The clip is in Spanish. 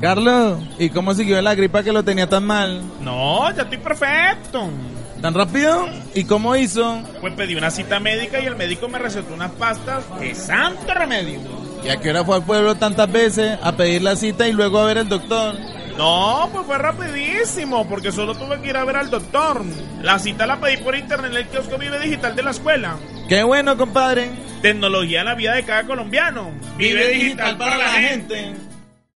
Carlos, ¿y cómo siguió la gripa que lo tenía tan mal? No, ya estoy perfecto. ¿Tan rápido? ¿Y cómo hizo? Pues pedí una cita médica y el médico me recetó unas pastas de santo remedio. ¿Y a qué hora fue al pueblo tantas veces a pedir la cita y luego a ver al doctor? No, pues fue rapidísimo, porque solo tuve que ir a ver al doctor. La cita la pedí por internet en el kiosco Vive Digital de la escuela. ¡Qué bueno, compadre! Tecnología en la vida de cada colombiano. Vive digital para la gente.